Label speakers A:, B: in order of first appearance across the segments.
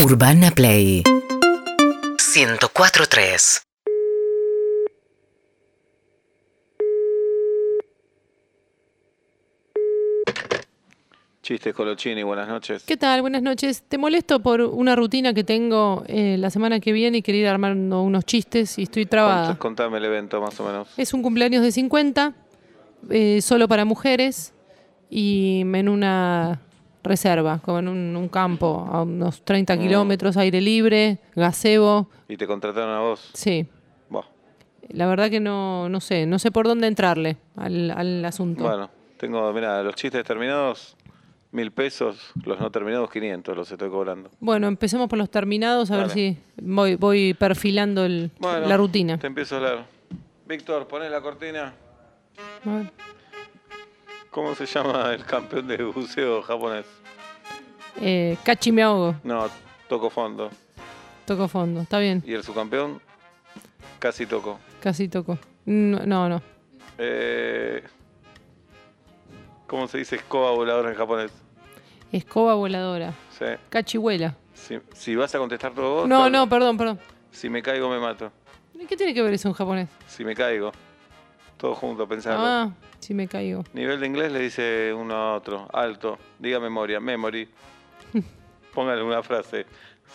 A: Urbana Play 104.3
B: Chistes Colochini, buenas noches.
C: ¿Qué tal? Buenas noches. Te molesto por una rutina que tengo eh, la semana que viene y quería ir armando unos chistes y estoy trabada.
B: Cont- Contame el evento más o menos.
C: Es un cumpleaños de 50, eh, solo para mujeres y en una reserva, como en un, un campo, a unos
B: Mm.
C: 30 kilómetros, aire libre, gazebo.
B: Y te contrataron a vos.
C: Sí,
B: Buah,
C: la verdad que no, no sé, no sé por dónde entrarle al, al asunto.
B: Bueno, tengo, mira, los chistes terminados, mil pesos, los no terminados, 500, los estoy cobrando.
C: Bueno, empecemos por los terminados, a ver
B: Dale.
C: si voy, voy perfilando el-
B: Bueno,
C: la rutina.
B: Te empiezo a hablar. Víctor, poné la cortina.
C: A ver.
B: ¿Cómo se llama el campeón de buceo japonés?
C: Eh, cachi me ahogo.
B: No, toco fondo.
C: Toco fondo, está bien,
B: ¿Y el subcampeón? Casi toco.
C: casi toco. No, no, no.
B: Eh, ¿Cómo se dice escoba voladora en japonés?
C: Escoba voladora.
B: Sí.
C: Cachihuela.
B: Si, si vas a contestar todo vos.
C: No,
B: tal-
C: no, perdón, perdón.
B: Si me caigo, me mato.
C: ¿Y ¿Qué tiene que ver eso en japonés?
B: Si me caigo. Todo junto, pensando.
C: Ah, si me caigo.
B: Nivel de inglés le dice uno a otro. Alto. Diga memoria. Memory. Póngale una frase.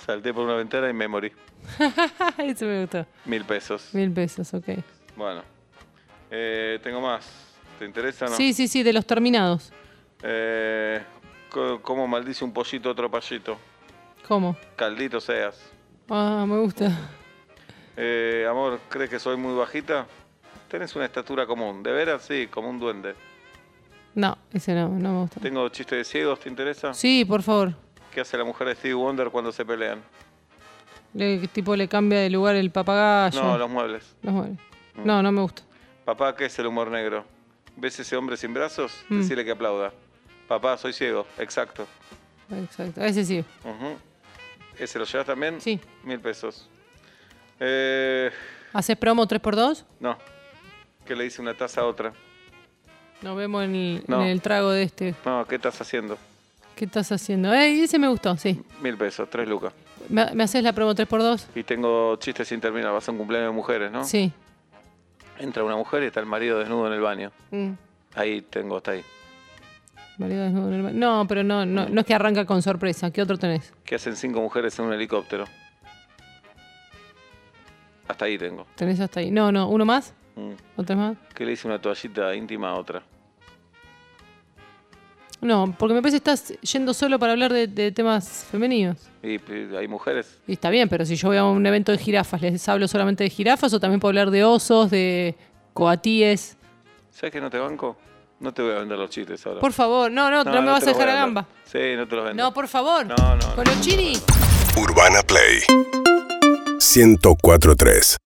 B: Salté por una ventana y me morí.
C: Ah, eso me gustó.
B: Mil pesos.
C: Mil pesos, ok.
B: Bueno. Eh, tengo más. ¿Te interesa o no?
C: Sí, sí, sí, de los terminados.
B: Eh, co- ¿Cómo maldice un pollito a otro payito?
C: ¿Cómo?
B: Caldito seas.
C: Ah, me gusta.
B: Eh, amor, ¿crees que soy muy bajita? Tenés una estatura común. ¿De veras? Sí, como un duende.
C: No, ese no, no me gusta.
B: Tengo chiste de ciegos, ¿te interesa?
C: Sí, por favor.
B: ¿Qué hace la mujer de Stevie Wonder cuando se pelean?
C: Le, tipo le cambia de lugar el papagayo.
B: No, Mm. los muebles.
C: Los muebles. No, no me gusta.
B: Papá, ¿qué es el humor negro? ¿Ves ese hombre sin brazos?
C: Mm.
B: Decirle que aplauda. Papá, soy ciego. Exacto.
C: Exacto. Ese sí.
B: Ujú. ¿Ese lo llevas también?
C: Sí.
B: Mil pesos. Eh,
C: ¿Haces promo 3x2?
B: no. ¿Qué le dice una taza a otra?
C: Nos vemos en el,
B: No.
C: en el trago de este.
B: No, ¿qué estás haciendo?
C: ¿Qué estás haciendo? Eh, ese me gustó, sí.
B: Mil pesos, tres lucas.
C: ¿Me, me haces la promo 3x2?
B: Y tengo chistes sin terminar. Vas a un cumpleaños de mujeres, ¿no?
C: Sí.
B: Entra una mujer y está el marido desnudo en el baño.
C: Mm.
B: Ahí tengo, está ahí.
C: Marido desnudo en el ba- No, pero no, no, no es que arranca con sorpresa. ¿Qué otro tenés?
B: ¿Qué hacen cinco mujeres en un helicóptero? Hasta ahí tengo.
C: ¿Tenés hasta ahí? No, no. ¿Uno más?
B: Mm.
C: ¿Otro más?
B: ¿Qué le dice una toallita íntima a otra?
C: No, porque me parece que estás yendo solo para hablar de, de temas femeninos.
B: Y p- hay mujeres.
C: Y está bien, pero si yo voy a un evento de jirafas, ¿les hablo solamente de jirafas o también puedo hablar de osos, de coatíes?
B: ¿Sabes que no te banco? No te voy a vender los chistes ahora.
C: Por favor, no, no, no, me
B: no
C: vas
B: te
C: a
B: los voy
C: dejar a
B: vender.
C: gamba.
B: Sí, no te los vendo.
C: No, por favor.
B: No, no, no.
C: Colochini.
D: Urbana Play 1043